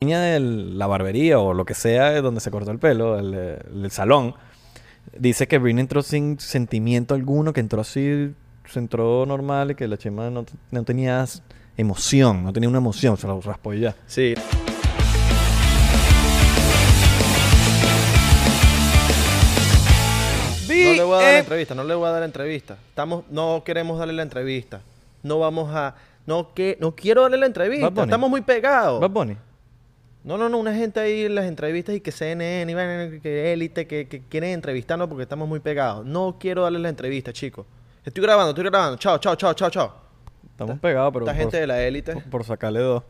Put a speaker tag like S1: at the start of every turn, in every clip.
S1: tenía de la barbería o lo que sea eh, donde se cortó el pelo, el, el salón, dice que Britney entró sin sentimiento alguno, que entró así, se entró normal y que la chema no, no tenía emoción, no tenía una emoción, se la raspó y ya.
S2: Sí. No le voy a dar
S1: eh,
S2: la entrevista, no le voy a dar la entrevista. Estamos, no queremos darle la entrevista. No vamos a. No, que, no quiero darle la entrevista.
S1: Bad Bunny.
S2: Estamos muy pegados.
S1: Bad Bunny.
S2: No, no, no, una gente ahí en las entrevistas y que CNN, y vaina, que élite, que, que quieren entrevistarnos porque estamos muy pegados. No quiero darles la entrevista, chicos. Estoy grabando, estoy grabando. Chao, chao, chao, chao, chao.
S1: Estamos pegados, pero
S2: Esta
S1: por-
S2: gente de la ¡Oh! élite.
S1: por, por sacarle dos.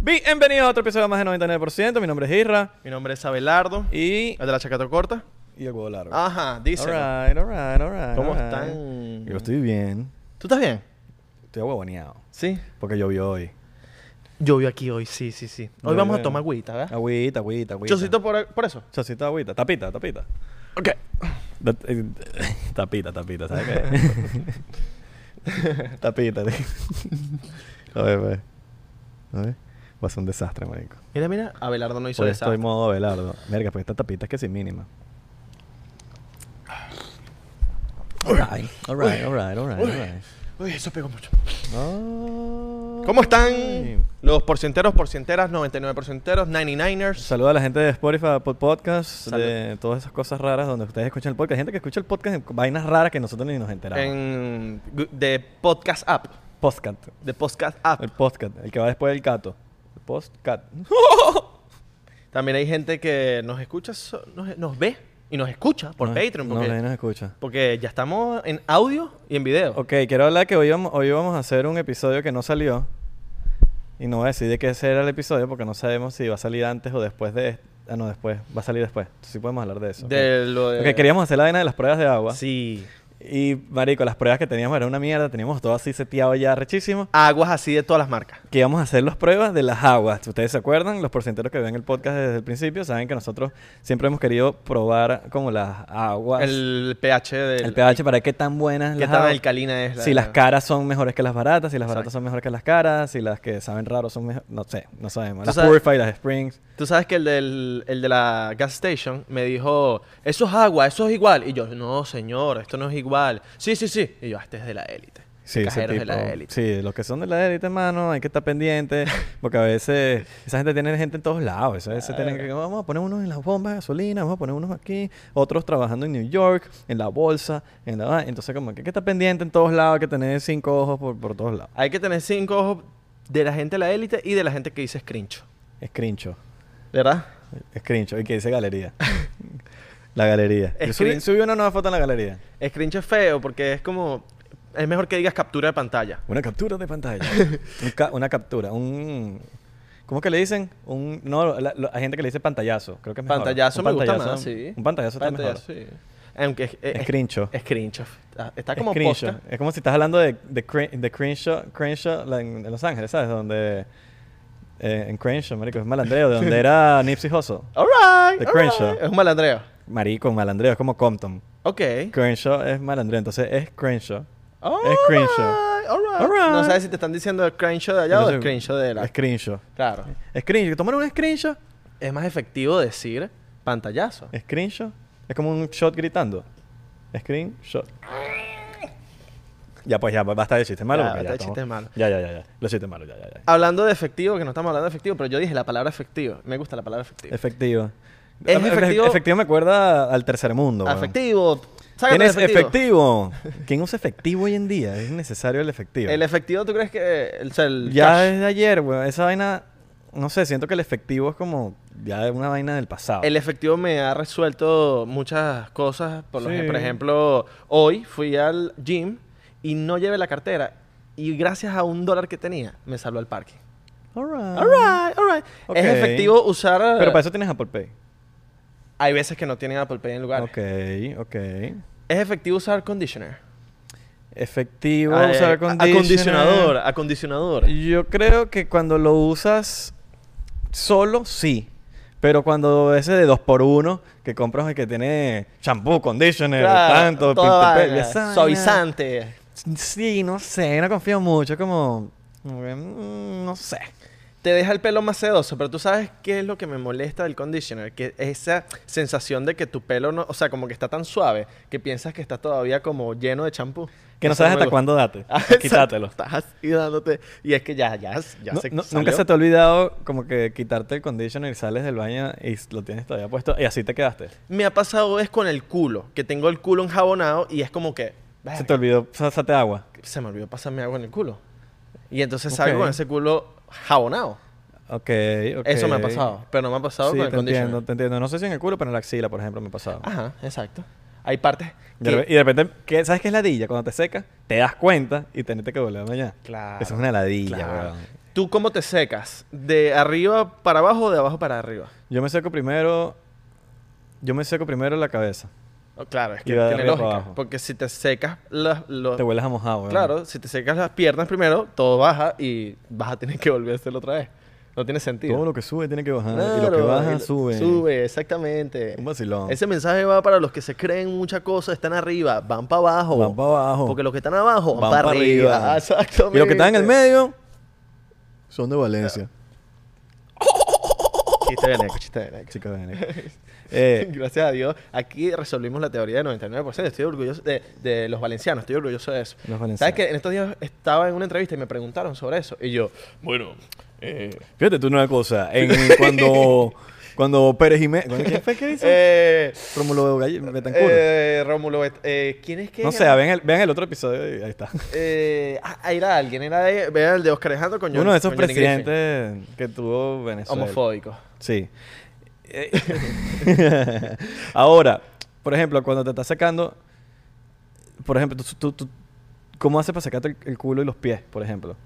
S1: Bienvenidos a otro episodio más de 99%. Mi nombre es Isra
S2: Mi nombre es Abelardo.
S1: y,
S2: ¿El de la chaqueta corta?
S1: y el huevo largo.
S2: Ajá, Ah, dice.
S1: Alright, alright, alright.
S2: ¿Cómo
S1: alright.
S2: están?
S1: Yo estoy bien.
S2: ¿Tú estás bien?
S1: Estoy aguaboneado.
S2: Sí.
S1: Porque llovió hoy.
S2: Llovió aquí hoy, sí, sí, sí. Hoy
S1: Llovió.
S2: vamos a tomar agüita, ¿verdad?
S1: Agüita, agüita, agüita.
S2: ¿Ah? Chocito por, por eso.
S1: Chocito de agüita. Tapita, tapita.
S2: Ok.
S1: Da- eh, tapita, tapita, ¿sabes qué? tapita. tío. a ver, a ver. A ver. Va a ser un desastre, marico.
S2: Mira, mira, Abelardo no hizo
S1: Hoy
S2: desastre.
S1: estoy modo velardo. Verga, porque esta tapita es que sin mínima. Alright, alright, alright, alright, alright.
S2: Uy, eso pegó mucho.
S1: Oh. Ay.
S2: ¿Cómo están los porcienteros, porcienteras, 99 porcienteros, 99ers?
S1: Saluda a la gente de Spotify, Pod Podcast,
S2: Salud.
S1: de todas esas cosas raras donde ustedes escuchan el podcast. Hay gente que escucha el podcast en vainas raras que nosotros ni nos enteramos.
S2: En, gu- de Podcast App.
S1: Podcast.
S2: De Podcast App.
S1: El podcast, el que va después del cato. El podcast.
S2: También hay gente que nos escucha, so- nos, nos ve y nos escucha por
S1: No,
S2: Patreon.
S1: Ah, No,
S2: Porque,
S1: nadie nos escucha.
S2: porque ya estamos en audio y en video.
S1: Ok, quiero hablar que hoy vamos, hoy vamos a hacer un episodio que no salió. Y no voy a decir de qué será el episodio porque no sabemos si va a salir antes o después de... este. Ah, no, después. Va a salir después. Entonces sí podemos hablar de eso. ok.
S2: De lo de-
S1: Ok, queríamos hacer la vaina de las pruebas de agua.
S2: Sí.
S1: Y, marico, las pruebas que teníamos eran una mierda. Teníamos todo así seteado ya rechísimo.
S2: Aguas así de todas las marcas.
S1: que íbamos a hacer las pruebas de las aguas. Ustedes se acuerdan, los porcenteros que ven el podcast desde el principio saben que nosotros siempre hemos querido probar como las aguas, el,
S2: El pH del...
S1: pH para qué tan buenas
S2: ¿Qué
S1: las
S2: tan
S1: aguas.
S2: alcalina es la-
S1: si las caras son mejores que las baratas, si las baratas
S2: Exacto.
S1: son mejores que las caras, si las que saben raro son mejores, no sé, no sabemos.
S2: Tú
S1: Las
S2: sabes-
S1: Purify, las Springs.
S2: Tú sabes que el, del, el de la gas station me dijo, eso es agua, eso es igual. Y yo, no, señor, esto no es igual. Sí, sí, sí. Y yo, "Ah, este es de la élite.
S1: Sí, ese
S2: Cajeros de
S1: tipo.
S2: la élite.
S1: Sí, los que son de la élite, mano, hay que estar pendiente, porque a veces esa gente tiene gente en todos lados. Esa gente tiene que, vamos a poner unos en las bombas de gasolina, vamos a poner unos aquí, otros trabajando en New York, en la bolsa, en la... va- Entonces, como que hay que estar pendiente en todos lados, hay que tener cinco ojos por, por todos lados.
S2: Hay que tener cinco ojos de la gente de la élite y de la gente que dice scrincho.
S1: Escrincho,
S2: ¿Verdad?
S1: escrincho, y que dice galería. la galería. Yo subí,
S2: Escrin-
S1: subí una nueva foto en la galería.
S2: Scrincho es feo porque es como, es mejor que digas captura de pantalla.
S1: Una captura de pantalla. Un ca- una captura, un... ¿Cómo que le dicen? Un, no, la- la- hay gente que le dice pantallazo. Creo que es mejor.
S2: Pantallazo
S1: Un
S2: me gusta
S1: pantallazo-
S2: más, sí.
S1: Un pantallazo, está mejor.
S2: sí. Aunque es, es-
S1: Screenshot.
S2: es screenshot. Está, está como
S1: Screenshot.
S2: posta.
S1: Es como si estás hablando de, de, cre- de Crenshaw, Crenshaw la- en, en Los Ángeles, ¿sabes? Donde... eh, en Crenshaw, marico. Es malandreo. De donde era Nipsey Hussle.
S2: All right,
S1: De
S2: all right.
S1: screenshot.
S2: Es un malandreo.
S1: Marico, malandreo. Es como Compton.
S2: Ok.
S1: Crenshaw es malandreo. Entonces es Crenshaw.
S2: Alright,
S1: screenshot.
S2: Oh, alright.
S1: Alright.
S2: No sabes si te están diciendo screenshot de allá o
S1: Entonces,
S2: screenshot de la.
S1: Screenshot.
S2: Claro.
S1: Screenshot. ¿Tomar un screenshot?
S2: Es más efectivo decir pantallazo.
S1: Screenshot. Es como un shot gritando. Screenshot. Ya, pues ya, basta de chistes malos.
S2: Ya,
S1: porque
S2: basta de
S1: estamos-
S2: chistes malos.
S1: Ya, ya, ya, ya. Los chistes malos, ya, ya, ya.
S2: Hablando de efectivo, que no estamos hablando de efectivo, pero yo dije la palabra efectivo. Me gusta la palabra efectivo.
S1: Efectivo.
S2: Es
S1: Efe-
S2: efectivo-
S1: efectivo me acuerda al tercer mundo. weón.
S2: Afectivo. Sácate
S1: ¿Quién
S2: el
S1: es efectivo? ¿Quién usa efectivo hoy en día? Es necesario el efectivo.
S2: El efectivo, ¿tú crees que el, o sea, el
S1: ya
S2: cash?
S1: desde ayer, weón. Esa vaina, no sé, siento que el efectivo es como ya es una vaina del pasado.
S2: El efectivo me ha resuelto muchas cosas. Por, lo
S1: Sí.
S2: ej- por ejemplo, hoy fui al gym y no llevé la cartera. Y gracias a un dólar que tenía, me salvó el parking.
S1: Alright.
S2: Alright, alright.
S1: Ok.
S2: Es efectivo usar.
S1: Pero para eso tienes Apple Pay.
S2: Hay veces que no tienen Apple Pay en lugares.
S1: Ok, ok.
S2: Es efectivo usar conditioner.
S1: Efectivo,
S2: Ah,
S1: usar
S2: eh,
S1: conditioner.
S2: Acondicionador, acondicionador.
S1: Yo creo que cuando lo usas solo, sí. Pero cuando ese de 2x1 que compras el que tiene shampoo, conditioner,
S2: Claro,
S1: tanto,
S2: toda
S1: pin-
S2: vaina.
S1: esa vaina-
S2: Suavizante.
S1: Sí, no sé, no confío mucho, como. como que, mm, No sé.
S2: te deja el pelo más sedoso, pero tú sabes qué es lo que me molesta del conditioner, que es esa sensación de que tu pelo no, o sea, como que está tan suave que piensas que está todavía como lleno de champú.
S1: Que no
S2: Eso
S1: sabes
S2: me
S1: hasta
S2: gusta.
S1: cuándo date.
S2: Ah, exacto.
S1: Quitátelo.
S2: Estás y dándote y es que ya ya ya
S1: No-
S2: se
S1: no-
S2: salió.
S1: nunca se te ha olvidado como que quitarte el conditioner y sales del baño y s- lo tienes todavía puesto y así te quedaste.
S2: Me ha pasado es con el culo, que tengo el culo enjabonado y es como que
S1: Se
S2: verga,
S1: te olvidó pasarte agua.
S2: se me olvidó pasarme agua en el culo. Y entonces salgo
S1: Ok.
S2: con ese culo jabonado.
S1: Ok, ok.
S2: Eso me ha pasado, pero no me ha pasado
S1: Sí,
S2: con el
S1: te entiendo,
S2: conditioner. Ah,
S1: te entiendo. No sé si en el culo, pero en la axila, por ejemplo, me ha pasado.
S2: Ajá, exacto. Hay partes
S1: Y
S2: que-
S1: de, repe- y de repente, ¿qué- ¿sabes qué es ladilla? Cuando te seca, te das cuenta y tenés que volver mañana.
S2: Claro.
S1: Eso es una ladilla,
S2: Claro.
S1: weón.
S2: ¿Tú cómo te secas? ¿De arriba para abajo o de abajo para arriba?
S1: Yo me seco primero. Yo me seco primero la cabeza.
S2: Oh, claro, es que
S1: Y de
S2: tiene
S1: arriba para
S2: lógica.
S1: abajo.
S2: Porque si te secas las... los-
S1: Te hueles a mojado, weón.
S2: claro, si te secas las piernas primero, todo baja y vas a tener que volver a hacerlo otra vez. No tiene sentido.
S1: Todo lo que sube tiene que bajar. Ah, y lo
S2: Claro,
S1: que baja,
S2: y lo-
S1: sube.
S2: Sube, exactamente.
S1: Un vacilón.
S2: Ese mensaje va para los que se creen mucha cosa, están arriba, van para abajo.
S1: Van pa' abajo.
S2: Porque los que están abajo van,
S1: Van
S2: para
S1: pa'
S2: arriba.
S1: arriba. Y
S2: Exactamente.
S1: los que están en el medio son de Valencia.
S2: Chiste de Neco, chiste de Neco.
S1: Chicos, ven. Eh,
S2: Gracias a Dios, aquí resolvimos la teoría del 99%. Estoy orgulloso de, de los valencianos, estoy orgulloso de eso.
S1: Los valencianos.
S2: ¿Sabes que En estos días estaba en una entrevista y me preguntaron sobre eso. Y yo,
S3: Bueno, eh,
S1: fíjate tú una cosa. En, cuando, cuando Pérez Jiménez. ¿Quién fue que hizo?
S2: eh,
S1: Rómulo Galle- Betancourt.
S2: eh, Rómulo, Bet- eh, ¿quién es que
S1: no
S2: era?
S1: sé, vean el, vean el otro episodio y ahí está.
S2: Eh, ah, ah, era alguien, era, de- era el de Oscar Alejandro con John-
S1: Uno de esos
S2: con Johnny Griffin.
S1: presidentes que tuvo Venezuela.
S2: Homofóbico.
S1: Sí. Eh, Ahora, por ejemplo, cuando te estás secando, por ejemplo, tú, tú- tú- ¿cómo haces para secarte el, el culo y los pies, por ejemplo?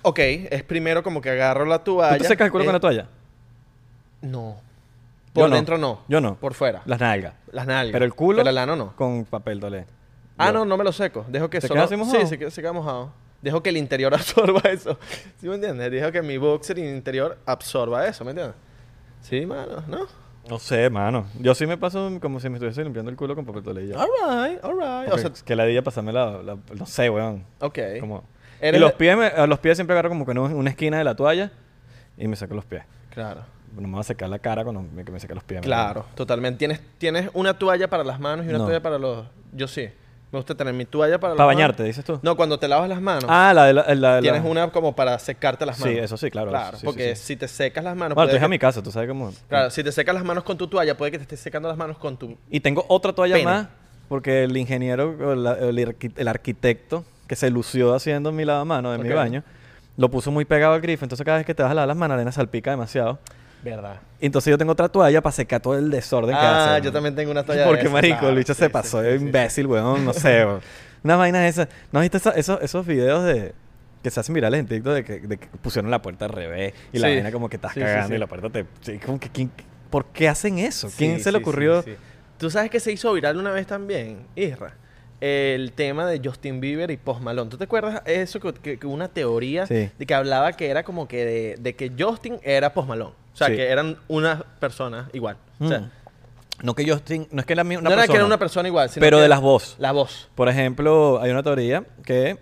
S2: Ok, es primero como que agarro la toalla.
S1: ¿Tú te secas el culo
S2: eh,
S1: con la toalla?
S2: No. Por
S1: no.
S2: dentro no.
S1: Yo no.
S2: Por fuera.
S1: Las nalgas.
S2: Las nalgas.
S1: Pero el culo-
S2: Pero el ano no.
S1: Con papel dolé.
S2: Ah,
S1: Yo-
S2: no, no me lo seco. Dejo que
S1: ¿Te
S2: solo...
S1: queda así mojado?
S2: Sí, se, queda- se queda mojado. Dejo que el interior absorba eso. ¿Sí me entiendes? Dejo que mi boxer interior absorba eso, ¿me entiendes? Sí, mano, ¿no?
S1: No sé, mano. Yo sí me paso como si me estuviese limpiando el culo con papel dolé. y ya.
S2: Alright, alright. Ah, O
S1: Porque
S2: sea,
S1: que la dilla pasarme la, la- No sé, weón.
S2: ok.
S1: Como... Y
S2: Eres-
S1: los pies, me- a los pies siempre agarro como que en un- una esquina de la toalla y me saco los pies.
S2: Claro.
S1: No me va a secar la cara cuando me, que me seque los pies. ¿me
S2: Claro, totalmente. ¿Tienes, tienes una toalla para las manos y una
S1: No.
S2: toalla para los... Yo sí. Me gusta tener mi toalla para
S1: ¿Para
S2: las
S1: bañarte,
S2: manos.
S1: dices tú?
S2: ah, No, cuando te lavas las manos.
S1: Ah, la de la. la de la-
S2: Tienes una como para secarte las
S1: Sí,
S2: manos.
S1: eso sí, claro,
S2: Claro,
S1: sí, sí,
S2: porque
S1: sí.
S2: si te secas las manos...
S1: Bueno, tú
S2: puede
S1: eres a
S2: que-
S1: mi casa, tú sabes cómo.
S2: Claro, si te secas las manos con tu toalla, puede que te estés secando las manos con tu...
S1: Y tengo otra toalla
S2: Pene.
S1: más, porque el ingeniero, o la- el, arqui- el arquitecto que se lució haciendo mi lavamano de mi
S2: Ok.
S1: baño, lo puso muy pegado al grifo. Entonces, cada vez que te vas a lavar las manos, la arena salpica demasiado.
S2: Verdad.
S1: Y Entonces, yo tengo otra toalla para secar todo el desorden que hace.
S2: Ah,
S1: weón.
S2: yo también tengo una toalla de
S1: Porque,
S2: esas,
S1: marico,
S2: claro,
S1: el bicho
S2: sí,
S1: se
S2: sí,
S1: pasó
S2: sí,
S1: de
S2: sí.
S1: imbécil, weón. No sé, weón. Unas vainas esas. ¿No has visto esa- esos, esos videos de que se hacen virales en TikTok de que, de que pusieron la puerta al revés y la
S2: Sí.
S1: vaina como que estás
S2: Sí, sí,
S1: cagando
S2: sí.
S1: y la puerta te. sí, como que, ¿quién- ¿Por qué hacen eso? ¿Quién
S2: Sí,
S1: se le
S2: sí,
S1: ocurrió?
S2: sí, sí. Tú sabes que se hizo viral una vez también, Isra. El tema de Justin Bieber y Post Malone. ¿Tú te acuerdas eso? Que, que- que una teoría
S1: Sí.
S2: de que hablaba que era como que de, de que Justin era Post Malone. O sea,
S1: Sí.
S2: que eran unas personas igual. O sea,
S1: Mm. No que yo estoy- no es que la mi- una
S2: no era que
S1: persona,
S2: era una persona igual, sino
S1: pero
S2: que
S1: de las voces.
S2: La voz.
S1: Por ejemplo, hay una teoría que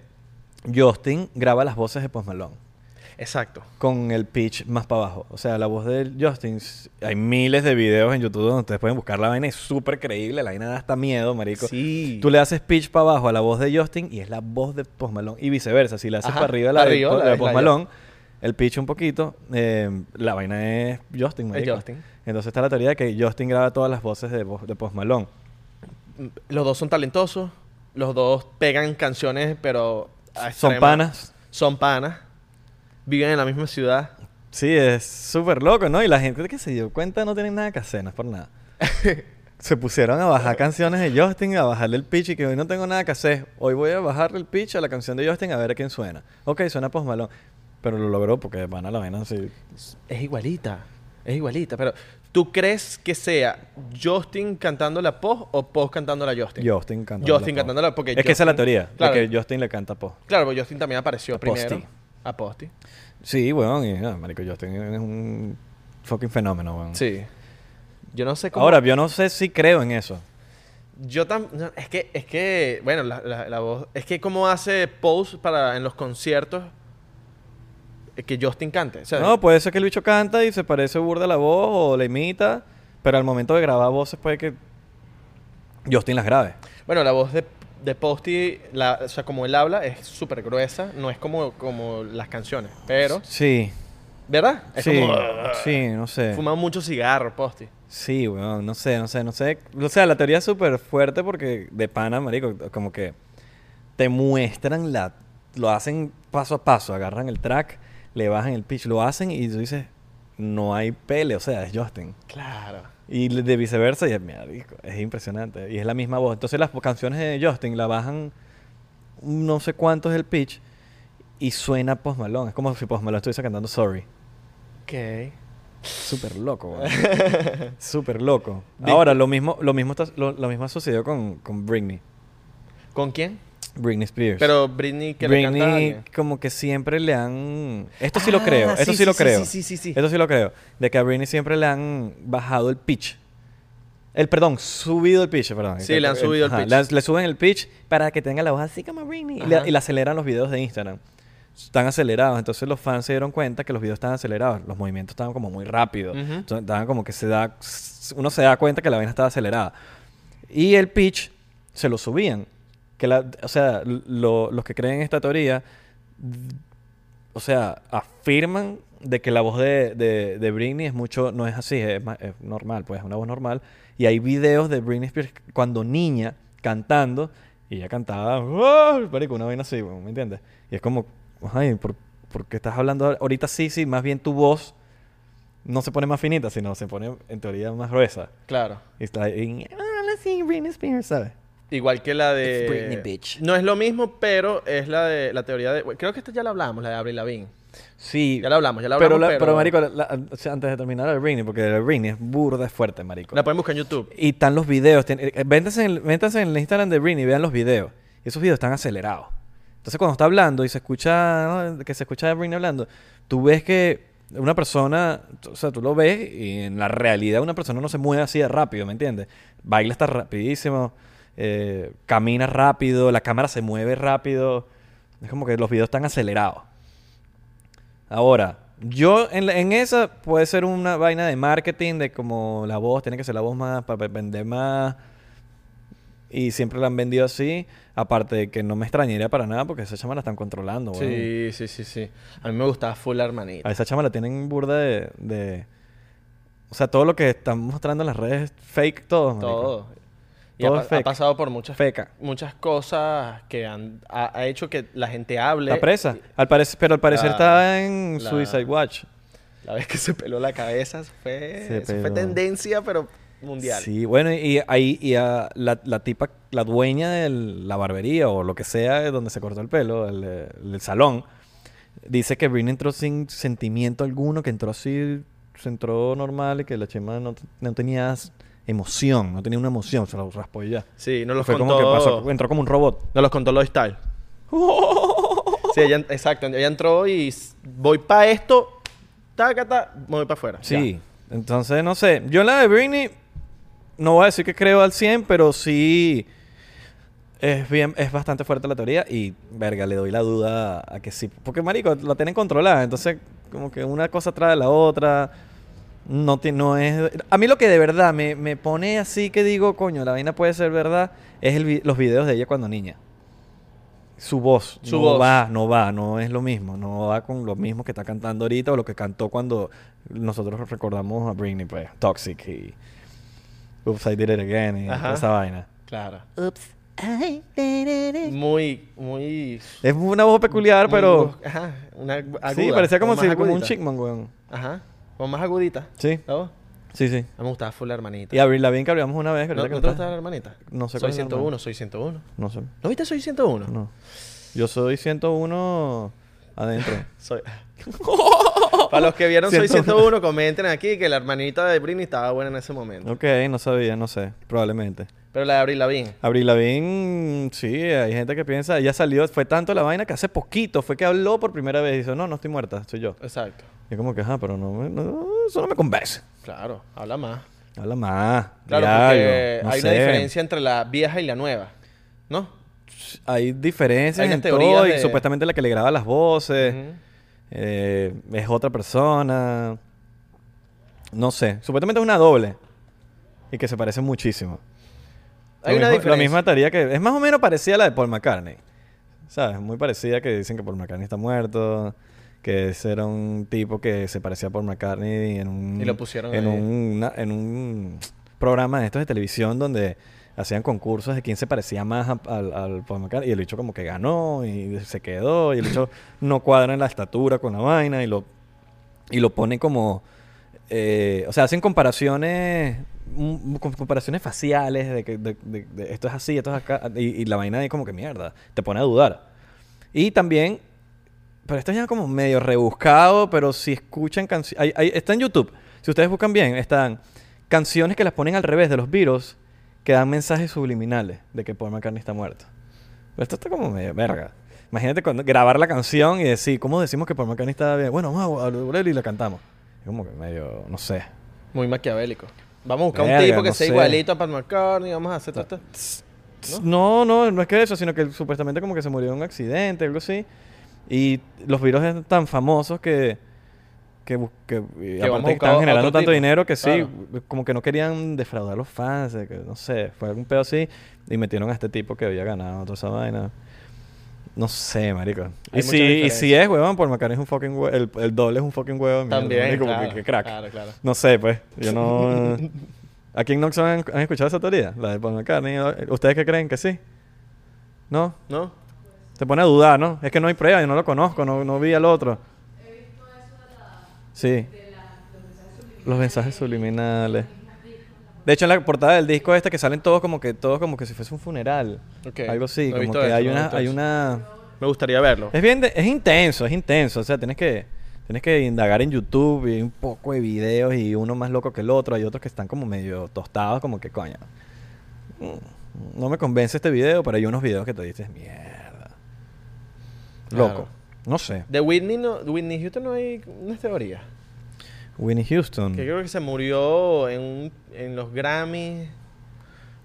S1: Justin graba las voces de Post Malone
S2: Exacto.
S1: con el pitch más para abajo. O sea, la voz de Justin, s- hay miles de videos en YouTube donde ustedes pueden buscar la vaina, es súper creíble, la vaina da hasta miedo, marico.
S2: Sí.
S1: Tú le haces pitch para abajo a la voz de Justin y es la voz de Post Malone y viceversa. Si le haces
S2: Ajá,
S1: para arriba a la,
S2: arriba,
S1: de, Po-
S2: la
S1: de
S2: de-
S1: Post
S2: la de-
S1: Malone, el pitch un poquito, eh, la vaina es Justin, marico.
S2: Justin.
S1: Entonces está la teoría de que Justin graba todas las voces de, vo- de Post Malone.
S2: Los dos son talentosos. Los dos pegan canciones, pero... a
S1: Son
S2: extrema-
S1: panas.
S2: Son panas. Viven en la misma ciudad.
S1: Sí, es súper loco, ¿no? Y la gente que se dio cuenta no tienen nada que hacer, no es por nada. se pusieron a bajar canciones de Justin, a bajarle el pitch y que hoy no tengo nada que hacer. Hoy voy a bajarle el pitch a la canción de Justin a ver a quién suena. Ok, suena Post Malone. Pero lo logró porque van a la vaina así.
S2: Es igualita. Es igualita. Pero, ¿tú crees que sea Justin cantando la Post o Post cantando la Justin?
S1: Justin cantando.
S2: Justin cantándola, porque
S1: Es que esa es la
S2: Justin-
S1: teoría.
S2: Claro.
S1: Porque Justin le canta Post.
S2: Claro, porque Justin también apareció
S1: A Posti.
S2: primero. A Posti.
S1: Sí, weón. Y, ah, marico, Justin es un fucking fenómeno, weón.
S2: Sí. Yo no sé cómo...
S1: Ahora, yo no sé si creo en eso.
S2: Yo también... Es que, es que... Bueno, la, la- la voz... Es que cómo hace Post para en los conciertos... eh, que Justin cante. O sea,
S1: No, puede ser que el bicho canta y se parece burda a la voz o la imita, pero al momento de grabar voces puede que Justin las grabe.
S2: Bueno, la voz de, de Posty, la, o sea, como él habla, es súper gruesa. No es como, como las canciones, pero...
S1: Sí,
S2: ¿Verdad? Es
S1: sí,
S2: como...
S1: sí, no sé.
S2: Fumaba mucho cigarro, Posty.
S1: Sí, weón, no sé, no sé, no sé. O sea, la teoría es súper fuerte porque de pana, marico, como que te muestran la... Lo hacen paso a paso, agarran el track, le bajan el pitch, lo hacen y tú dices, no hay pele, o sea, es Justin.
S2: Claro.
S1: Y le- de viceversa, y es, marico, es impresionante. Y es la misma voz. Entonces las po- canciones de Justin la bajan no sé cuánto es el pitch y suena Post Malone. Es como si Post Malone estuviese cantando Sorry.
S2: Ok.
S1: Súper loco, weón. Súper loco. Ahora, lo mismo, lo mismo, está- lo, lo mismo sucedió con, con Britney.
S2: ¿Con quién?
S1: Britney Spears.
S2: Pero Britney que le canta a
S1: Britney
S2: alguien.
S1: como que siempre le han... Esto sí
S2: Ah,
S1: lo creo, esto sí, lo creo.
S2: Sí, sí, sí. sí.
S1: Esto sí lo creo. De que a Britney siempre le han bajado el pitch. El, perdón, subido el pitch, perdón.
S2: Sí, le han subido el
S1: ajá,
S2: pitch.
S1: Le, le suben el pitch para que tenga la voz así como Britney. Y le,
S2: Ajá.
S1: y le aceleran los videos de Instagram. Están acelerados. Entonces los fans se dieron cuenta que los videos estaban acelerados. Los movimientos estaban como muy rápidos.
S2: Ujú.
S1: Entonces, estaban como que se da... Uno se da cuenta que la vaina estaba acelerada. Y el pitch se lo subían. Que la, o sea, lo- los que creen en esta teoría o sea, afirman de que la voz de, de, de Britney es mucho, no es así, es, ma- es normal, pues es una voz normal. Y hay videos de Britney Spears cuando niña cantando y ella cantaba, ¡Wow! Marico, una vaina así, weón, ¿me entiendes? Y es como, ay, ¿por, por qué estás hablando ahora? ahorita? Sí, sí, más bien tu voz no se pone más finita, sino se pone en teoría más gruesa.
S2: Claro.
S1: Y está ahí, "Ah, sí, Britney Spears, ¿sabes?
S2: Igual que la de...
S1: It's Britney, bitch.
S2: No es lo mismo, pero es la de la teoría de... Creo que esta ya la hablamos, la de Avril Lavigne.
S1: Sí.
S2: Ya la hablamos, ya la
S1: pero,
S2: hablamos,
S1: la-
S2: pero-
S1: pero, marico, la- la- o sea, antes de terminar, el Britney, porque el Britney es burda, es fuerte, marico.
S2: La pueden buscar en YouTube.
S1: Y están los videos. Tien- eh, Véntanse en, el- véntanse en el Instagram de Britney y vean los videos. Y esos videos están acelerados. Entonces, cuando está hablando y se escucha, ¿no? que se escucha a Britney hablando, tú ves que una persona, o sea, tú lo ves y en la realidad una persona no se mueve así de rápido, ¿me entiendes? Baila está rapidísimo, eh, camina rápido, la cámara se mueve rápido. Es como que los videos están acelerados. Ahora, yo en, la- en esa puede ser una vaina de marketing, de como la voz, tiene que ser la voz más para vender más. Y siempre la han vendido así. Aparte de que no me extrañaría para nada porque esa chama la están controlando, weón.
S2: Sí, sí, sí, sí. A mí me gustaba full la hermanita.
S1: A esa chama la tienen burda de, de- O sea, todo lo que están mostrando en las redes es fake, todo. marico.
S2: Todo. Y
S1: Todo
S2: ha,
S1: es
S2: pa- ha
S1: fake.
S2: pasado por muchas,
S1: Feca.
S2: muchas cosas que han, ha, ha hecho que la gente hable.
S1: Está presa. Al parece- pero al parecer
S2: La-
S1: está en
S2: la-
S1: Suicide Watch.
S2: La vez que se peló la cabeza eso fue,
S1: Se
S2: eso fue
S1: peló.
S2: tendencia, pero mundial.
S1: Sí, bueno, y ahí y a la, la tipa, la dueña de la barbería o lo que sea de donde se cortó el pelo, el, eh, el salón, dice que Britney entró sin sentimiento alguno, que entró así, se entró normal y que la chema no, no tenía s- emoción, no tenía una emoción, se la raspó y ya.
S2: Sí, nos los
S1: Fue
S2: contó.
S1: como que pasó, entró como un robot.
S2: Nos los contó Lois Style. Sí, ella, exacto. Ella entró y s- voy para esto, taca, ta, me voy para afuera.
S1: Sí, entonces no sé. Yo en la de Britney no voy a decir que creo al 100, pero sí es bien es bastante fuerte la teoría y verga, le doy la duda a que sí, porque marico la tienen controlada, entonces como que una cosa trae a la otra. No, ti- no es... A mí lo que de verdad me, me pone así que digo, coño, la vaina puede ser verdad, es el vi- los videos de ella cuando niña. Su voz.
S2: Su
S1: no
S2: voz.
S1: va, no va, no es lo mismo. No va con lo mismo que está cantando ahorita o lo que cantó cuando nosotros recordamos a Britney, pues, Toxic y Oops, I Did It Again y
S2: Ajá.
S1: toda esa vaina.
S2: Ya. Claro.
S3: Oops. I did it again.
S2: Muy, muy.
S1: Es una voz peculiar,
S2: muy
S1: pero...
S2: brus- Ajá. Una agu- aguda.
S1: sí, parecía como,
S2: más
S1: si, como un
S2: agudita.
S1: chickman, weón.
S2: Ajá. Como más agudita.
S1: Sí,
S2: ¿La voz?
S1: sí, sí.
S2: A mí me gustaba full la hermanita.
S1: Y Avril Lavigne que hablamos una vez. que
S2: ¿No,
S1: ahorita
S2: ¿no
S1: que
S2: te
S1: estás-
S2: gustaba la hermanita?
S1: No sé cuál
S2: Soy
S1: es la
S2: 101,
S1: hermana.
S2: soy 101.
S1: No sé.
S2: ¿No viste Soy 101?
S1: No. Yo soy 101 adentro.
S2: Soy... Para los que vieron Soy
S1: 101.
S2: 101, comenten aquí que la hermanita de Britney estaba buena en ese momento.
S1: ok, no sabía, no sé. Probablemente.
S2: Pero la de Abril Lavigne.
S1: Abril Lavigne, sí, hay gente que piensa, ya salió, fue tanto la vaina que hace poquito fue que habló por primera vez y dijo, no, no estoy muerta, soy yo.
S2: Exacto.
S1: Y como que, ajá, pero no, me- no, eso no me convence.
S2: Claro, habla más.
S1: Habla más. di
S2: Claro, porque
S1: algo, no
S2: hay una
S1: sé.
S2: diferencia entre la vieja y la nueva, ¿no?
S1: Hay diferencias
S2: Hay unas
S1: en todo
S2: teorías
S1: y
S2: de-
S1: supuestamente la que le graba las voces.
S2: Ujú.
S1: eh, es otra persona. No sé. Supuestamente es una doble. Y que se parece muchísimo. Lo
S2: Hay una
S1: mismo- La
S2: diferencia.
S1: misma teoría que. Es más o menos parecida a la de Paul McCartney. ¿Sabes? Muy parecida que dicen que Paul McCartney está muerto. Que ese era un tipo que se parecía a Paul McCartney en un.
S2: Y lo pusieron
S1: en
S2: ahí.
S1: un, na- en un programa de estos de televisión donde hacían concursos de quién se parecía más a- al, al Paul McCartney. Y el bicho como que ganó y se quedó. Y el bicho no cuadra en la estatura con la vaina y lo, y lo pone como... eh, o sea, hacen comparaciones mm, com- comparaciones faciales de que de- de- de esto es así, esto es acá. Y, y la vaina ahí como que mierda. Te pone a dudar. Y también... Pero esto es ya como medio rebuscado, pero si escuchan canciones... Está en YouTube. Si ustedes buscan bien, están canciones que las ponen al revés de los virus que dan mensajes subliminales de que Paul McCartney está muerto. Pero esto está como medio verga. Imagínate cuando- grabar la canción y decir, ¿cómo decimos que Paul McCartney está bien? Bueno, vamos a volver y la cantamos. Es como que medio, no sé.
S2: Muy maquiavélico. Vamos a buscar un
S1: Verga,
S2: tipo que
S1: no
S2: sea
S1: sé. Ah,
S2: igualito a Paul McCartney. Vamos a hacer todo esto.
S1: No, no, no es que eso, sino que él supuestamente como que se murió en un accidente, algo así. Y los virus eran tan famosos que... Que, bus- que, y
S2: Que
S1: aparte
S2: vamos a
S1: que
S2: buscar
S1: estaban generando
S2: otro
S1: tanto
S2: tipo.
S1: dinero que sí,
S2: Claro.
S1: como que no querían defraudar a los fans, de que, no sé, fue algún pedo así. Y metieron a este tipo que había ganado toda esa vaina. No sé, marico.
S2: Hay
S1: Y
S2: mucha
S1: si, y si
S2: diferencia.
S1: es, huevón, por Macarena es un fucking hue- El, el doble es un fucking huevo. de mierda,
S2: También.
S1: marico, porque
S2: claro,
S1: qué crack.
S2: Claro, claro.
S1: No sé, pues. Yo no. ¿Aquí en Noxon han, han escuchado esa teoría? La de Paul McCartney. ¿Ustedes qué creen que sí? ¿No?
S2: ¿No?
S1: Te pone a dudar, ¿no? Es que no hay prueba, yo no lo conozco, no, no vi al otro. Sí. Los mensajes subliminales. De hecho, en la portada del disco este que salen todos como que todos como que si fuese un funeral.
S2: Ok.
S1: Algo así,
S2: No he
S1: como
S2: visto
S1: que
S2: eso,
S1: hay
S2: no he
S1: una
S2: visto
S1: hay
S2: eso.
S1: una
S2: Me gustaría verlo.
S1: es bien, de- es intenso, es intenso. O sea, tienes que, tienes que indagar en YouTube y hay un poco de videos y uno más loco que el otro. Hay otros que están como medio tostados, como que coño. mm, No me convence este video, pero hay unos videos que te dices, mierda. Loco.
S2: Claro.
S1: No sé.
S2: De Whitney, no, de Whitney Houston no hay una teoría.
S1: Winnie Houston.
S2: Que creo que se murió en, un- en los Grammys.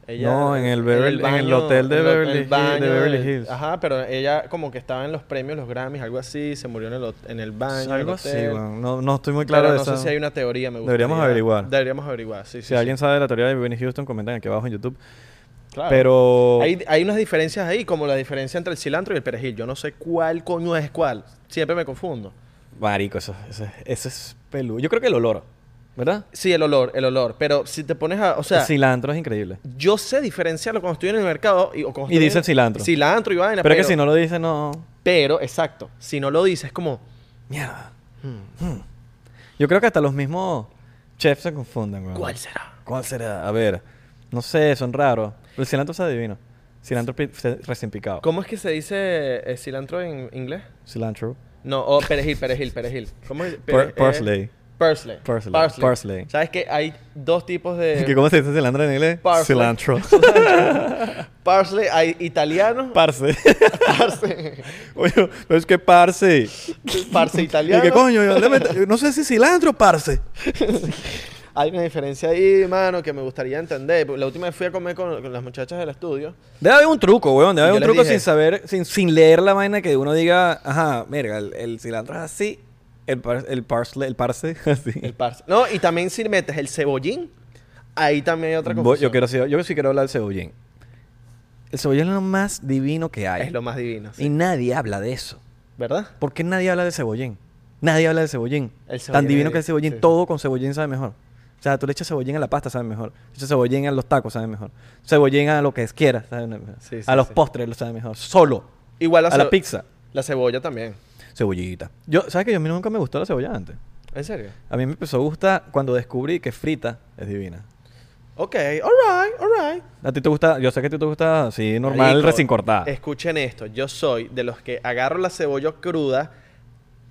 S2: Ella-
S1: No, en el Beverly- en el hotel de
S2: en lo- en
S1: Beverly
S2: el
S1: Hill- de Beverly Hills.
S2: Ajá, pero ella como que estaba en los premios, los Grammys, algo así, se murió en el, hot- en el baño. en el
S1: Algo así,
S2: hotel.
S1: weón. no, no estoy muy
S2: Pero
S1: claro de
S2: no
S1: esa-
S2: sé si hay una teoría, me gustaría.
S1: Deberíamos averiguar.
S2: Deberíamos averiguar, sí, sí.
S1: Si
S2: sí.
S1: alguien sabe la teoría de Winnie Houston, comenten aquí abajo en YouTube.
S2: Claro.
S1: Pero.
S2: Hay, hay unas diferencias ahí, como la diferencia entre el cilantro y el perejil. Yo no sé cuál coño es cuál. Siempre me confundo.
S1: Marico, eso, eso, eso es peludo. Yo creo que el olor, ¿verdad?
S2: Sí, el olor, el olor. Pero si te pones a... O sea,
S1: el cilantro es increíble.
S2: yo sé diferenciarlo cuando estoy en el mercado y, o cuando
S1: Y
S2: estoy
S1: dicen
S2: en-
S1: cilantro.
S2: Cilantro y vaina.
S1: Pero, es que si no lo dice, no.
S2: Pero, exacto. Si no lo dices, es como...
S1: Mierda. Hmm. Yo creo que hasta los mismos chefs se confunden, weón.
S2: ¿Cuál será?
S1: ¿Cuál será? A ver. No sé, son raros. Pero el cilantro se adivino. Cilantro pi- se- recién picado.
S2: ¿Cómo es que se dice eh, cilantro en inglés?
S1: Cilantro.
S2: No, o perejil, perejil, perejil. ¿Cómo es?
S1: Par-
S2: Pere-
S1: parsley.
S2: eh, parsley.
S1: Parsley.
S2: Parsley.
S1: Parsley.
S2: ¿Sabes que hay dos tipos
S1: ¿Que
S2: de...
S1: ¿Cómo se dice cilantro en inglés?
S2: eh, Parsley.
S1: Cilantro.
S2: Parsley, hay italiano.
S1: Parse.
S2: Parsley.
S1: Oye, pero es que parse.
S2: Parsley
S1: ¿Y
S2: italiano.
S1: qué coño? Yo le met- No sé si cilantro o parse.
S2: Hay una diferencia ahí, mano, que me gustaría entender. La última vez fui a comer con, con las muchachas del estudio.
S1: Debe haber un truco, weón. Debe
S2: Y
S1: haber
S2: yo
S1: un
S2: les
S1: truco
S2: dije-
S1: sin saber, sin, sin leer la vaina que uno diga, ajá, mira, el, el cilantro es así, el, par- el parsley, el parse, así.
S2: El parsley. No, y también si metes el cebollín, ahí también hay otra
S1: Voy-
S2: confusión.
S1: yo, quiero, sí- yo sí quiero hablar del cebollín. El cebollín es lo más divino que hay.
S2: Es lo más divino, sí.
S1: Y nadie habla de eso.
S2: ¿Verdad?
S1: ¿Por qué nadie habla de cebollín? Nadie habla del cebollín. Tan
S2: El cebollín
S1: divino
S2: es-
S1: que el cebollín,
S2: sí.
S1: todo con cebollín sabe mejor. O sea, tú le echas cebollín a la pasta, sabe mejor. Le echas cebollín a los tacos, sabe mejor. Cebollín a lo que quieras, sabe mejor.
S2: Sí, sí,
S1: a los
S2: sí.
S1: postres, lo sabe mejor. Solo.
S2: Igual
S1: a la
S2: cebo-
S1: pizza.
S2: La cebolla también.
S1: Cebollita. Yo, ¿sabes que yo a mí nunca me gustó la cebolla antes?
S2: ¿En serio?
S1: A mí me empezó a gustar cuando descubrí que frita es divina.
S2: Ok, alright, alright.
S1: A ti te gusta, yo sé que a ti te gusta así normal,
S2: Marico,
S1: recién cortada.
S2: Escuchen esto, yo soy de los que agarro la cebolla cruda,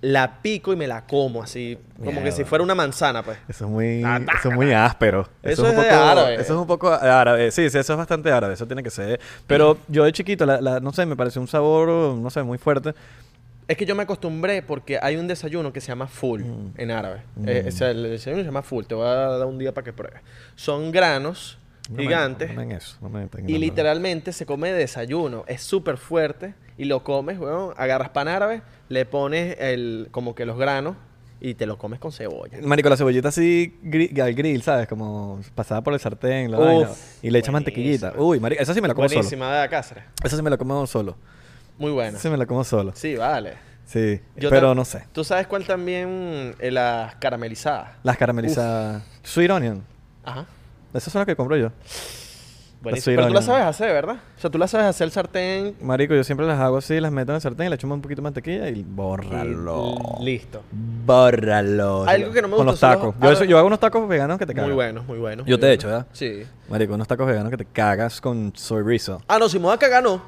S2: la pico y me la como así, como que
S1: Mierda.
S2: si fuera una manzana, pues.
S1: Eso es muy,
S2: Ah, tá,
S1: eso es muy áspero.
S2: Eso es de árabe.
S1: Eso es un poco árabe. Sí, sí, eso es bastante árabe. Eso tiene que ser. Pero yo de chiquito, la, la- no sé, me pareció un sabor, no sé, muy fuerte.
S2: Es que yo me acostumbré porque hay un desayuno que se llama full
S1: Mm.
S2: en árabe. Eh, o sea, el desayuno se llama full. Te voy a dar un día para que pruebes. Son granos
S1: No me-
S2: Gigante.
S1: No me en eso. No me metan en
S2: Y
S1: la-
S2: literalmente se come de desayuno. Es súper fuerte. Y lo comes, weón. Agarras pan árabe, le pones el, como que los granos y te lo comes con cebolla.
S1: Marico, la cebollita así gri- al grill, ¿sabes? Como pasada por el sartén, la
S2: Uf,
S1: vaina. Y le echa
S2: buenísima.
S1: mantequillita. Uy, marico, esa sí me la como solo.
S2: Buenísima de Cáceres.
S1: Esa sí me la como solo.
S2: Muy buena.
S1: Esa sí me la como solo.
S2: Sí, vale.
S1: Sí.
S2: Yo
S1: Pero
S2: tam-
S1: no sé.
S2: ¿Tú sabes cuál también? Eh, las caramelizadas.
S1: Las caramelizadas. Sweet onion.
S2: Ajá.
S1: Esas son las que compro yo.
S2: Buenísimo.
S1: sweet
S2: Pero tú las
S1: onion.
S2: sabes hacer, ¿verdad? O sea, tú las sabes hacer el sartén.
S1: Marico, yo siempre las hago así, las meto en el sartén y le echo un poquito de mantequilla y bórralo.
S2: y Listo.
S1: Bórralo.
S2: Algo que no me
S1: Con
S2: gustó
S1: los
S2: son
S1: tacos.
S2: los-
S1: Yo, eso- yo hago unos tacos veganos que te cagas.
S2: Muy buenos, muy buenos.
S1: Yo
S2: muy
S1: te he
S2: buenos.
S1: hecho, ¿verdad?
S2: Sí.
S1: Marico, unos tacos veganos que te cagas con soy rizo.
S2: Ah, no, si me voy a cagar, no.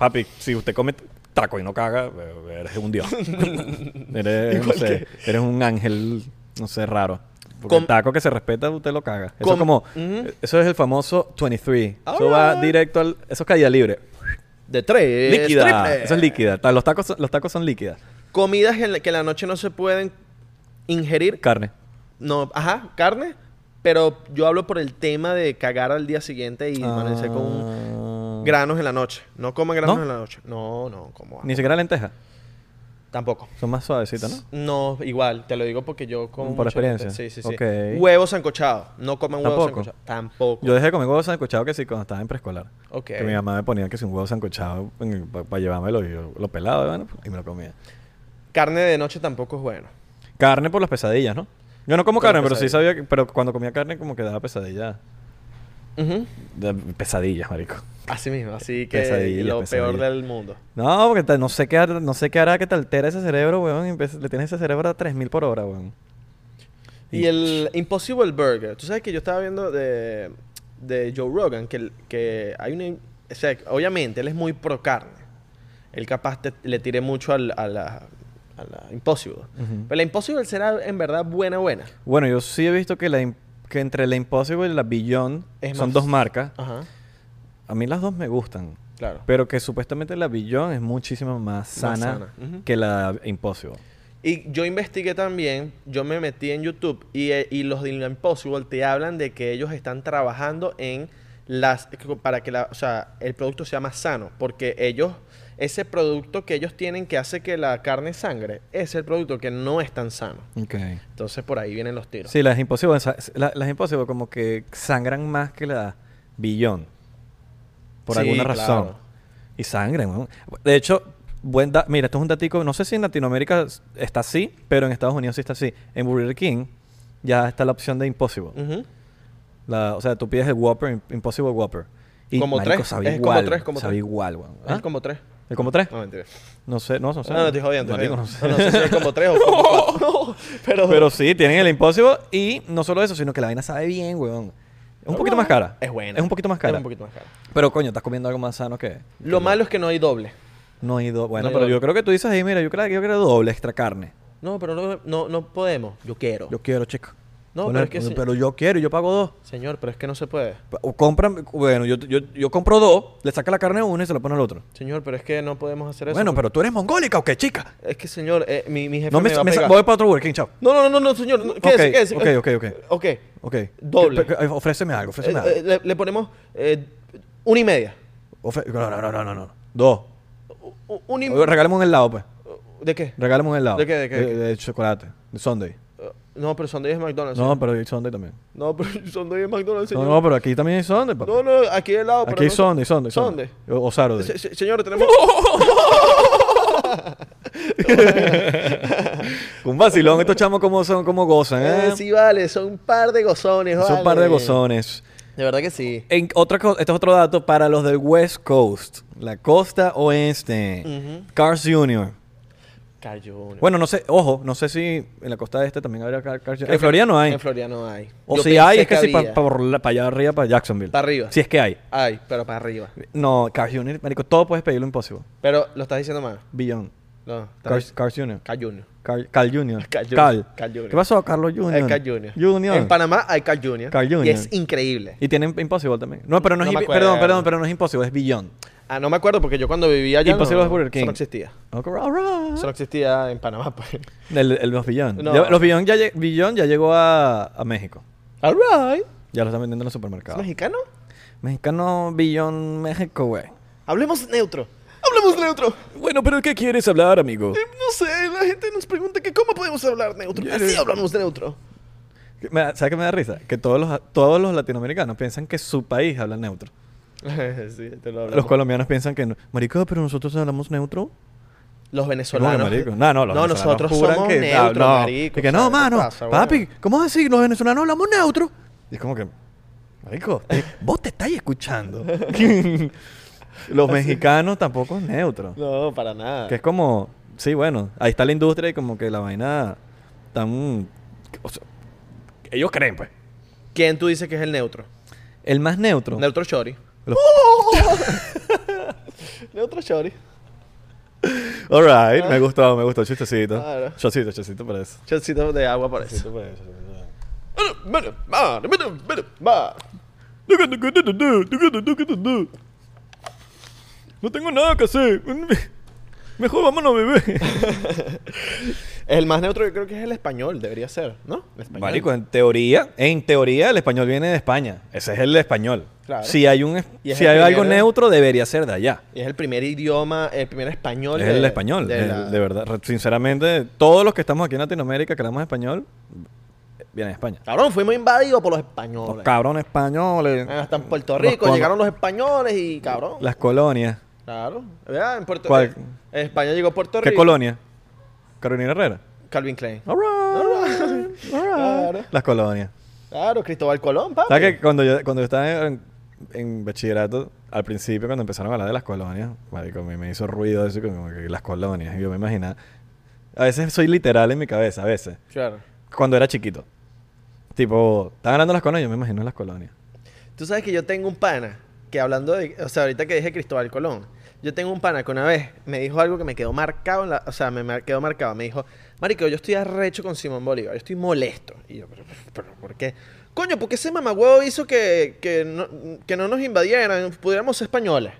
S1: Papi, si usted come taco y no caga, eh, eres un dios. eres, no sé, eres un ángel, no sé, raro. Porque
S2: Com-
S1: el taco que se respeta, usted lo caga. Eso
S2: Com-
S1: es como...
S2: Ujú.
S1: Eso es el famoso 23. Eso va
S2: Alright.
S1: directo al... Eso es caída libre.
S2: De tres.
S1: líquida.
S2: triple.
S1: Eso es líquida. Ta- Los tacos, son- los tacos son líquidas.
S2: Comidas en la- que en la noche no se pueden ingerir.
S1: Carne.
S2: No, ajá, carne. Pero yo hablo por el tema de cagar al día siguiente y amanecer con
S1: Ah.
S2: granos en la noche. No coman granos
S1: ¿No?
S2: en la noche. No, no, como
S1: Ni siquiera lenteja.
S2: Tampoco.
S1: Son más suavecitas, ¿no?
S2: No, igual, te lo digo porque yo como
S1: Por
S2: mucha gente-
S1: experiencia.
S2: Sí, sí, sí.
S1: Ok.
S2: Huevos sancochados. No coman huevos
S1: Tampoco.
S2: sancochados. Tampoco.
S1: Yo dejé de comer huevos sancochados que sí cuando estaba en preescolar.
S2: Ok.
S1: Que mi mamá me ponía que si un huevo sancochado para llevármelo y yo lo pelaba bueno, y me lo comía.
S2: Carne de noche tampoco es bueno.
S1: Carne por las pesadillas, ¿no? Yo no como
S2: Por las
S1: carne, pero sí
S2: pesadillas.
S1: sabía que... Pero cuando comía carne como que daba pesadillas.
S2: Ujú.
S1: De- Pesadillas, marico.
S2: Así mismo, así que
S1: Pesadilla,
S2: lo peor
S1: pesadilla.
S2: del mundo.
S1: No, porque te- no, sé qué, har- no sé qué hará que te altera ese cerebro, weón. y empieza- Le tienes ese cerebro a 3000 por hora, weón.
S2: Y el Impossible Burger. Tú sabes que yo estaba viendo de, de Joe Rogan que, el- que hay una... O sea, obviamente él es muy pro carne. Él capaz te- le tire mucho al- a la, a la Impossible.
S1: Ujú.
S2: Pero la Impossible será en verdad buena, buena.
S1: Bueno, yo sí he visto que, la, im- que entre la Impossible y la Beyond
S2: Es
S1: son
S2: más-
S1: dos marcas.
S2: Ajá,
S1: A mí las dos me gustan.
S2: claro.
S1: Pero que supuestamente la Beyond es muchísimo más sana,
S2: sana, ujú.
S1: que la Impossible.
S2: Y yo investigué también, yo me metí en YouTube y, eh, y los de Impossible te hablan de que ellos están trabajando en las para que la, o sea, el producto sea más sano, porque ellos ese producto que ellos tienen que hace que la carne sangre, es el producto que no es tan sano.
S1: Ok.
S2: Entonces por ahí vienen los tiros.
S1: Sí, las Impossible, sa- la- las Impossible como que sangran más que la Beyond. Por
S2: Sí,
S1: alguna
S2: claro.
S1: razón. Y sangran, weón. De hecho, buen da- mira, esto es un datico. No sé si en Latinoamérica s- está así, pero en Estados Unidos sí está así. En Burger King ya está la opción de Impossible.
S2: Ujú.
S1: La- o sea, tú pides el Whopper, Im- Impossible Whopper.
S2: Como
S1: marico,
S2: tres,
S1: sabe
S2: es como
S1: igual,
S2: tres, como
S1: sabe
S2: tres.
S1: igual, weón.
S2: Es como tres.
S1: ¿El como tres?
S2: No, mentira.
S1: Ah. No sé, no, no sé.
S2: no, no, estoy jodiendo. estoy
S1: Marico, no sé.
S2: jodiendo. No, no sé si es como tres o como cuatro. pero,
S1: Pero sí, tienen el Impossible y no solo eso, sino que la vaina sabe bien, weón. Es un poquito más cara.
S2: es buena.
S1: Es un poquito más cara.
S2: Es un poquito más cara.
S1: Pero coño, estás comiendo algo más sano que...
S2: Lo malo es que no hay doble.
S1: No he ido... Bueno,
S2: No he
S1: pero
S2: ido.
S1: yo creo que tú dices ahí, mira, yo creo, yo quiero doble extra carne.
S2: No, pero no, no, no podemos. Yo quiero.
S1: Yo quiero, chico.
S2: No,
S1: Bueno,
S2: pero es que sí.
S1: Pero yo quiero y yo pago dos.
S2: Señor, pero es que no se puede.
S1: O compran... Bueno, yo, yo, yo compro dos, le saca la carne a uno y se la pone al otro.
S2: Señor, pero es que no podemos hacer eso.
S1: Bueno,
S2: porque-
S1: pero tú eres mongólica o qué, chica.
S2: Es que, señor, eh, mi, mi jefe
S1: No me,
S2: me, va a
S1: me sa-
S2: pegar.
S1: voy para otro Burger King, chao.
S2: No, no, no, no, señor. no, quédese,
S1: Ok,
S2: quédese.
S1: ok,
S2: eh,
S1: ok, ok.
S2: Ok.
S1: Ok.
S2: Doble.
S1: Pe- pe- eh, ofréceme algo,
S2: Eh,
S1: ofréceme algo.
S2: eh, le, le ponemos eh, una y media.
S1: Ofre- no, no, no, no, no, no. Dos.
S2: U- Una y...
S1: Regálame un helado, pues.
S2: ¿De qué?
S1: Regálame un helado.
S2: ¿De qué, de qué, de qué? ¿Ah,
S1: chocolate. De Sunday.
S2: Eh, No, pero son de McDonald's.
S1: No,
S2: señor.
S1: pero hay Sunday también.
S2: No, pero son de McDonald's,
S1: No,
S2: señor.
S1: no, pero aquí también hay Sunday, papá.
S2: No, no, aquí al lado.
S1: aquí hay Sunday, Sunday, Sunday. O, o Saturday.
S2: Se- se- señor, tenemos...
S1: Un vacilón. Estos chamos como son, como gozan, ¿eh?
S2: Eh, sí, vale. Son un par de gozones,
S1: son
S2: vale.
S1: un par de gozones.
S2: De verdad que sí.
S1: En otra co- este es otro dato para los del West Coast. La costa oeste.
S2: Ujú.
S1: Cars Jr.
S2: Cayó una.
S1: Bueno, no sé, ojo, no sé si en la costa este también habría Car- Cars Jr.
S2: Creo
S1: En
S2: que
S1: Florida no hay.
S2: En Florida no hay.
S1: O
S2: Yo
S1: si hay,
S2: pensé
S1: es que sí, para
S2: había.
S1: allá arriba, para Jacksonville.
S2: Pa' arriba.
S1: Si es que hay.
S2: Ay, pero para arriba.
S1: No, Cars Jr., marico, todo puedes pedirlo imposible.
S2: Pero lo estás diciendo mal.
S1: Beyond.
S2: No, estás
S1: Cars,
S2: dic-
S1: Cars Jr.
S2: Cal Junior.
S1: Cal, Cal Jr.
S2: Cal
S1: Cal.
S2: Jr. Cal Jr.
S1: ¿Qué pasó? Carlos Jr.
S2: Hay Cal Junior.
S1: Junior.
S2: En Panamá hay Cal Junior.
S1: Cal Junior.
S2: Y es increíble.
S1: Y tienen Impossible también. No, pero no,
S2: No
S1: es
S2: me
S1: Imp- Perdón,
S2: acuerdo.
S1: perdón, pero no es Impossible, es Beyond.
S2: Ah, no me acuerdo porque yo cuando vivía allá.
S1: Imposible
S2: no,
S1: es Burger King.
S2: Eso no existía.
S1: Ok, all right.
S2: Eso no existía en Panamá, pues.
S1: El, el- los Beyond.
S2: No.
S1: Ya- los Beyond ya, lle- Beyond ya llegó a, a México.
S2: All right.
S1: Ya lo están vendiendo en los
S2: ¿Es
S1: supermercados.
S2: mexicano?
S1: Mexicano Billón México, güey.
S2: Hablemos neutro. Hablemos neutro.
S1: Bueno, pero ¿qué quieres hablar, amigo?
S2: Eh, no sé, la gente nos pregunta que cómo podemos hablar neutro.
S1: Yeah.
S2: Así hablamos neutro.
S1: Que me da- ¿Sabes qué me da risa? Que todos los, todos los latinoamericanos piensan que su país habla neutro.
S2: sí, te lo hablamos.
S1: Los colombianos piensan que, no. marico, pero nosotros hablamos neutro.
S2: Los venezolanos.
S1: No, marico. No, no, los venezolanos
S2: nosotros
S1: juran
S2: somos
S1: que,
S2: neutros,
S1: no,
S2: marico.
S1: Y que
S2: o sea,
S1: no,
S2: ¿qué
S1: mano,
S2: pasa,
S1: papi,
S2: weón?
S1: ¿cómo así? Los venezolanos hablamos neutro. Y es como que, marico, te- vos te estáis escuchando. los mexicanos tampoco es neutro.
S2: No, para nada.
S1: Que es como, sí, bueno, ahí está la industria y como que la vaina tan... o sea, ellos creen, pues.
S2: ¿Quién tú dices que es el neutro?
S1: El más neutro.
S2: Neutro Chori.
S1: Los-
S2: Neutro Chori.
S1: All right, me gustó, me gustó, chistecito.
S2: Claro.
S1: Chocito, chocito para eso.
S2: Chocito de agua por eso.
S1: Chocito para eso, chocito para eso. No tengo nada que hacer. Mejor vámonos, bebé.
S2: El más neutro yo creo que es el español, debería ser, ¿no? El español.
S1: Marico, en teoría, en teoría el español viene de España. Ese es el español.
S2: Claro.
S1: Si hay un es-
S2: Y es
S1: si
S2: el
S1: hay algo
S2: primero.
S1: neutro debería ser de allá.
S2: Y es el primer idioma, el primer español.
S1: Es
S2: de-
S1: el español,
S2: de
S1: es-
S2: la-
S1: de verdad. Re- Sinceramente, todos los que estamos aquí en Latinoamérica que hablamos español vienen de España.
S2: Cabrón, fuimos invadidos por los
S1: Los
S2: españoles.
S1: cabrones españoles.
S2: Ah, Hasta en Puerto
S1: Los
S2: Rico
S1: cono-
S2: llegaron los españoles y cabrón.
S1: Las colonias.
S2: Claro. ¿Verdad? En Puerto
S1: ¿Cuál?
S2: En España llegó Puerto Rico.
S1: ¿Qué colonia? Carolina Herrera.
S2: Calvin Klein.
S1: All right, all right.
S2: Claro.
S1: Las colonias.
S2: Claro, Cristóbal Colón, papi.
S1: ¿Sabes que cuando yo, cuando yo estaba en, en bachillerato, al principio, cuando empezaron a hablar de las colonias, marico, me, me hizo ruido eso, como que las colonias. Y yo me imaginaba. A veces soy literal en mi cabeza, a veces.
S2: Claro.
S1: Cuando era chiquito. Tipo, están hablando de las colonias, yo me imagino las colonias.
S2: Tú sabes que yo tengo un pana que hablando de. O sea, ahorita que dije Cristóbal Colón. Yo tengo un pana que una vez me dijo algo que me quedó marcado. En la, o sea, me mar- quedó marcado. Me dijo, Marico, yo estoy arrecho con Simón Bolívar. Yo estoy molesto. Y yo, ¿pero, pero por qué? Coño, ¿por qué ese mamagüevo hizo que, que, no, que no nos invadieran? Pudiéramos ser españoles.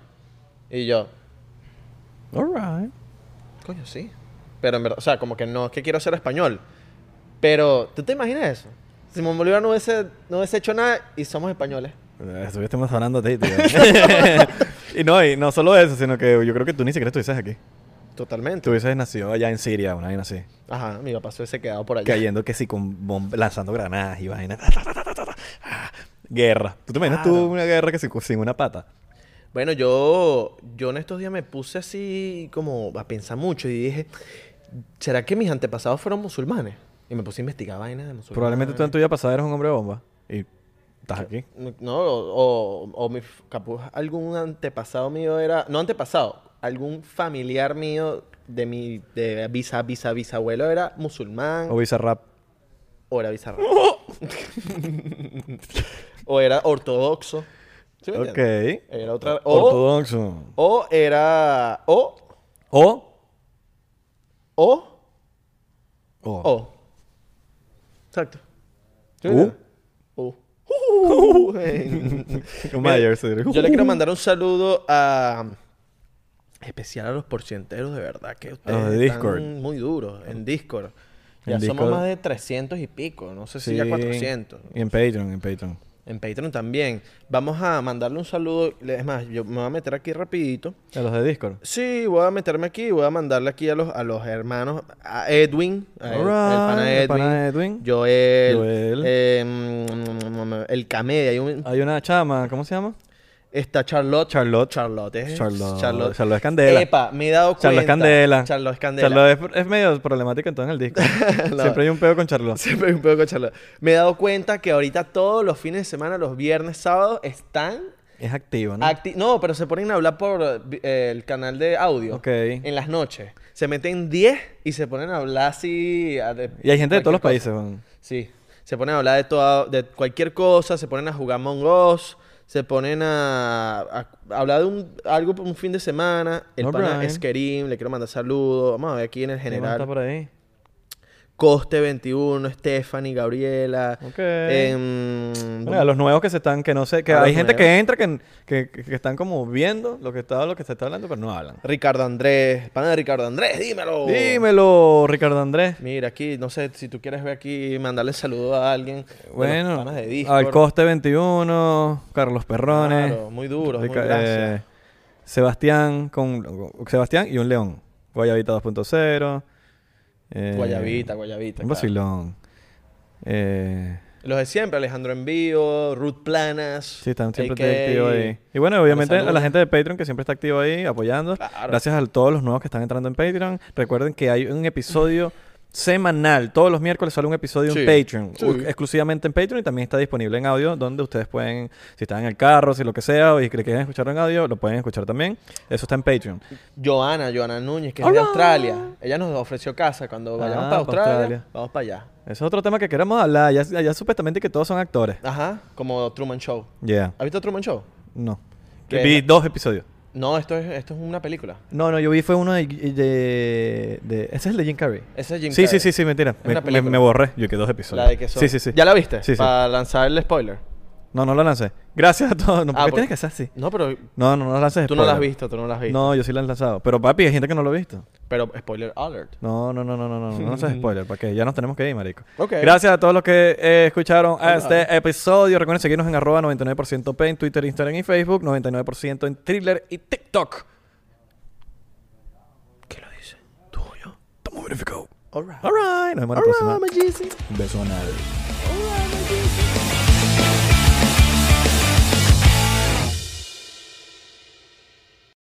S2: Y yo,
S1: All right.
S2: Coño, sí. Pero en verdad, o sea, como que no es que quiero ser español. Pero, ¿tú te imaginas eso? Simón Bolívar no hubiese, no hubiese hecho nada y somos españoles.
S1: Eh, Estuviésemos hablando de ti, tío. y no, y no solo eso, sino que yo creo que tú ni siquiera estuvieses aquí. Tú
S2: Totalmente.
S1: hubieses nacido allá en Siria, una vaina así.
S2: Ajá, mi papá se hubiese quedado por allá.
S1: Cayendo que sí, con bom- lanzando granadas y vainas. Ta, ta, ta, ta, ta, ta, ta. Ah, Guerra. ¿Tú te imaginas
S2: Claro.
S1: tú una guerra que sí, con- sin una pata?
S2: Bueno, yo, yo en estos días me puse así como a pensar mucho y dije, ¿será que mis antepasados fueron musulmanes? Y me puse a investigar vainas de musulmanes.
S1: Probablemente tú en tu vida pasada eras un hombre bomba y estás aquí.
S2: No, o, o, o mi- capaz algún antepasado mío era, no antepasado, algún familiar mío de mi de visa, visa, bisabuelo era musulmán,
S1: O bizarrap.
S2: o era bizarro, o era ortodoxo. ¿Sí me
S1: Ok.
S2: entiendes? Era otra, o,
S1: Ortodoxo.
S2: o era, o,
S1: O.
S2: o,
S1: O.
S2: o. Exacto. ¿Sí
S1: U.
S2: me entiendes? U.
S1: Como
S2: Mira,
S1: ayer se dijo.
S2: Yo le quiero mandar un saludo a especial a los porcienteros de verdad que ustedes
S1: Ah, de Discord.
S2: están muy duros en Discord. Ya
S1: En
S2: somos
S1: Discord.
S2: más de 300 y pico, no sé si
S1: Sí.
S2: ya 400.
S1: Y en Patreon, en Patreon.
S2: En Patreon también. Vamos a mandarle un saludo, es más, yo me voy a meter aquí rapidito.
S1: A los de Discord.
S2: Sí, voy a meterme aquí, voy a mandarle aquí a los, a los hermanos, a Edwin, a el, el pana
S1: Alright, el
S2: Edwin,
S1: pana Edwin.
S2: Joel,
S1: Joel.
S2: eh, mm, el Camedia, hay un-
S1: Hay una chama, ¿cómo se llama?
S2: Está Charlotte.
S1: Charlotte.
S2: Charlotte. es-
S1: Charlotte. Charlotte es Candela.
S2: Epa, me he dado cuenta.
S1: Charlotte Candela.
S2: Charlotte es Candela.
S1: Charlotte es, es medio problemática entonces en el Discord.
S2: No.
S1: Siempre hay un peo con Charlotte.
S2: Siempre hay un poco Charlotte. Me he dado cuenta que ahorita todos los fines de semana, los viernes, sábados, están...
S1: Es activa, ¿no?
S2: acti- no, pero se ponen a hablar por eh, el canal de audio.
S1: Ok.
S2: En las noches. Se meten 10 y se ponen a hablar así... a de-
S1: y hay gente de todos los
S2: cualquier
S1: países, man.
S2: cosa. Sí. Se ponen a hablar de, toda, de cualquier cosa, se ponen a jugar mongos, se ponen a, a- a hablar de un, algo por un fin de semana. El pana
S1: Alright.
S2: es Kerim, le quiero mandar saludos. Vamos a ver aquí en el
S1: ¿Quién más está
S2: general.
S1: por ahí?
S2: Coste 21, Stephanie, Gabriela.
S1: Ok.
S2: em,
S1: Bueno, a los nuevos que se están, que no sé, que
S2: A los
S1: hay gente que
S2: nuevos.
S1: entra que, que, que están como viendo lo que está, lo que se está hablando, pero no hablan.
S2: Ricardo Andrés, pana de Ricardo Andrés, dímelo.
S1: Dímelo, Ricardo Andrés.
S2: Mira, aquí, no sé, si tú quieres ver aquí, mandarle saludo a alguien. de los
S1: Bueno,
S2: panas de Discord.
S1: al coste 21, Carlos Perrones,
S2: Claro, muy duro, muy
S1: Rica-
S2: gracias.
S1: eh, Sebastián con Sebastián y un león. Guayabita 2.0. eh,
S2: Guayabita, guayabita.
S1: Un
S2: claro.
S1: vacilón. Eh,
S2: Los de siempre, Alejandro Envío, Ruth Planas.
S1: sí, están siempre
S2: AK,
S1: activos ahí. Y bueno, obviamente a la
S2: saludos.
S1: gente de Patreon que siempre está activa ahí apoyando.
S2: Claro.
S1: Gracias a todos los nuevos que están entrando en Patreon. Recuerden que hay un episodio semanal. Todos los miércoles sale un episodio
S2: Sí.
S1: en Patreon.
S2: Sí.
S1: u- Exclusivamente en Patreon y también está disponible en audio donde ustedes pueden, si están en el carro, si lo que sea, o y que quieren escucharlo en audio, lo pueden escuchar también. Eso está en Patreon.
S2: Joana, Joana Núñez, que es de
S1: Hola.
S2: Australia. Ella nos ofreció casa cuando vayamos
S1: Ah,
S2: para
S1: para
S2: Australia,
S1: Australia.
S2: Vamos para allá.
S1: Ese es otro tema que queremos hablar. Ya, ya supuestamente que todos son actores.
S2: Ajá, como Truman Show.
S1: Yeah.
S2: ¿Has visto Truman Show?
S1: No.
S2: Que-
S1: Vi dos episodios.
S2: No, esto es, esto es una película.
S1: No, no, yo vi fue uno de... de, de- ese es el de Jim Carrey.
S2: Ese es Jim
S1: sí, sí,
S2: Carrey.
S1: sí, sí, mentira.
S2: Es
S1: Me,
S2: una
S1: me-
S2: película.
S1: me borré. Yo que dos episodios.
S2: La de que son-
S1: Sí, sí, sí.
S2: ¿Ya la viste?
S1: Sí, sí.
S2: Para lanzar el spoiler.
S1: No, no la lancé. Gracias a todos. No, ¿Por
S2: Ah,
S1: qué
S2: por-
S1: tienes que hacer así?
S2: No, pero
S1: No, no, no la lances.
S2: tú no la has
S1: spoiler.
S2: visto, tú no la has visto.
S1: No, yo sí la he lanzado. Pero papi, hay gente que no lo ha visto.
S2: Pero spoiler alert.
S1: No, no, no, no, no, no, no, no lances spoiler, ¿para qué? Ya nos tenemos que ir, marico.
S2: Ok.
S1: Gracias a todos los que eh, escucharon a
S2: Hola.
S1: este episodio. Recuerden seguirnos en arroba 99% P en Twitter, Instagram y Facebook, 99% en Thriller y TikTok.
S2: ¿Qué lo dice? ¿Tú o yo?
S1: Estamos verificados.
S2: All right.
S1: All right, nos vemos en la próxima.
S2: my Jesus.
S1: Beso anal.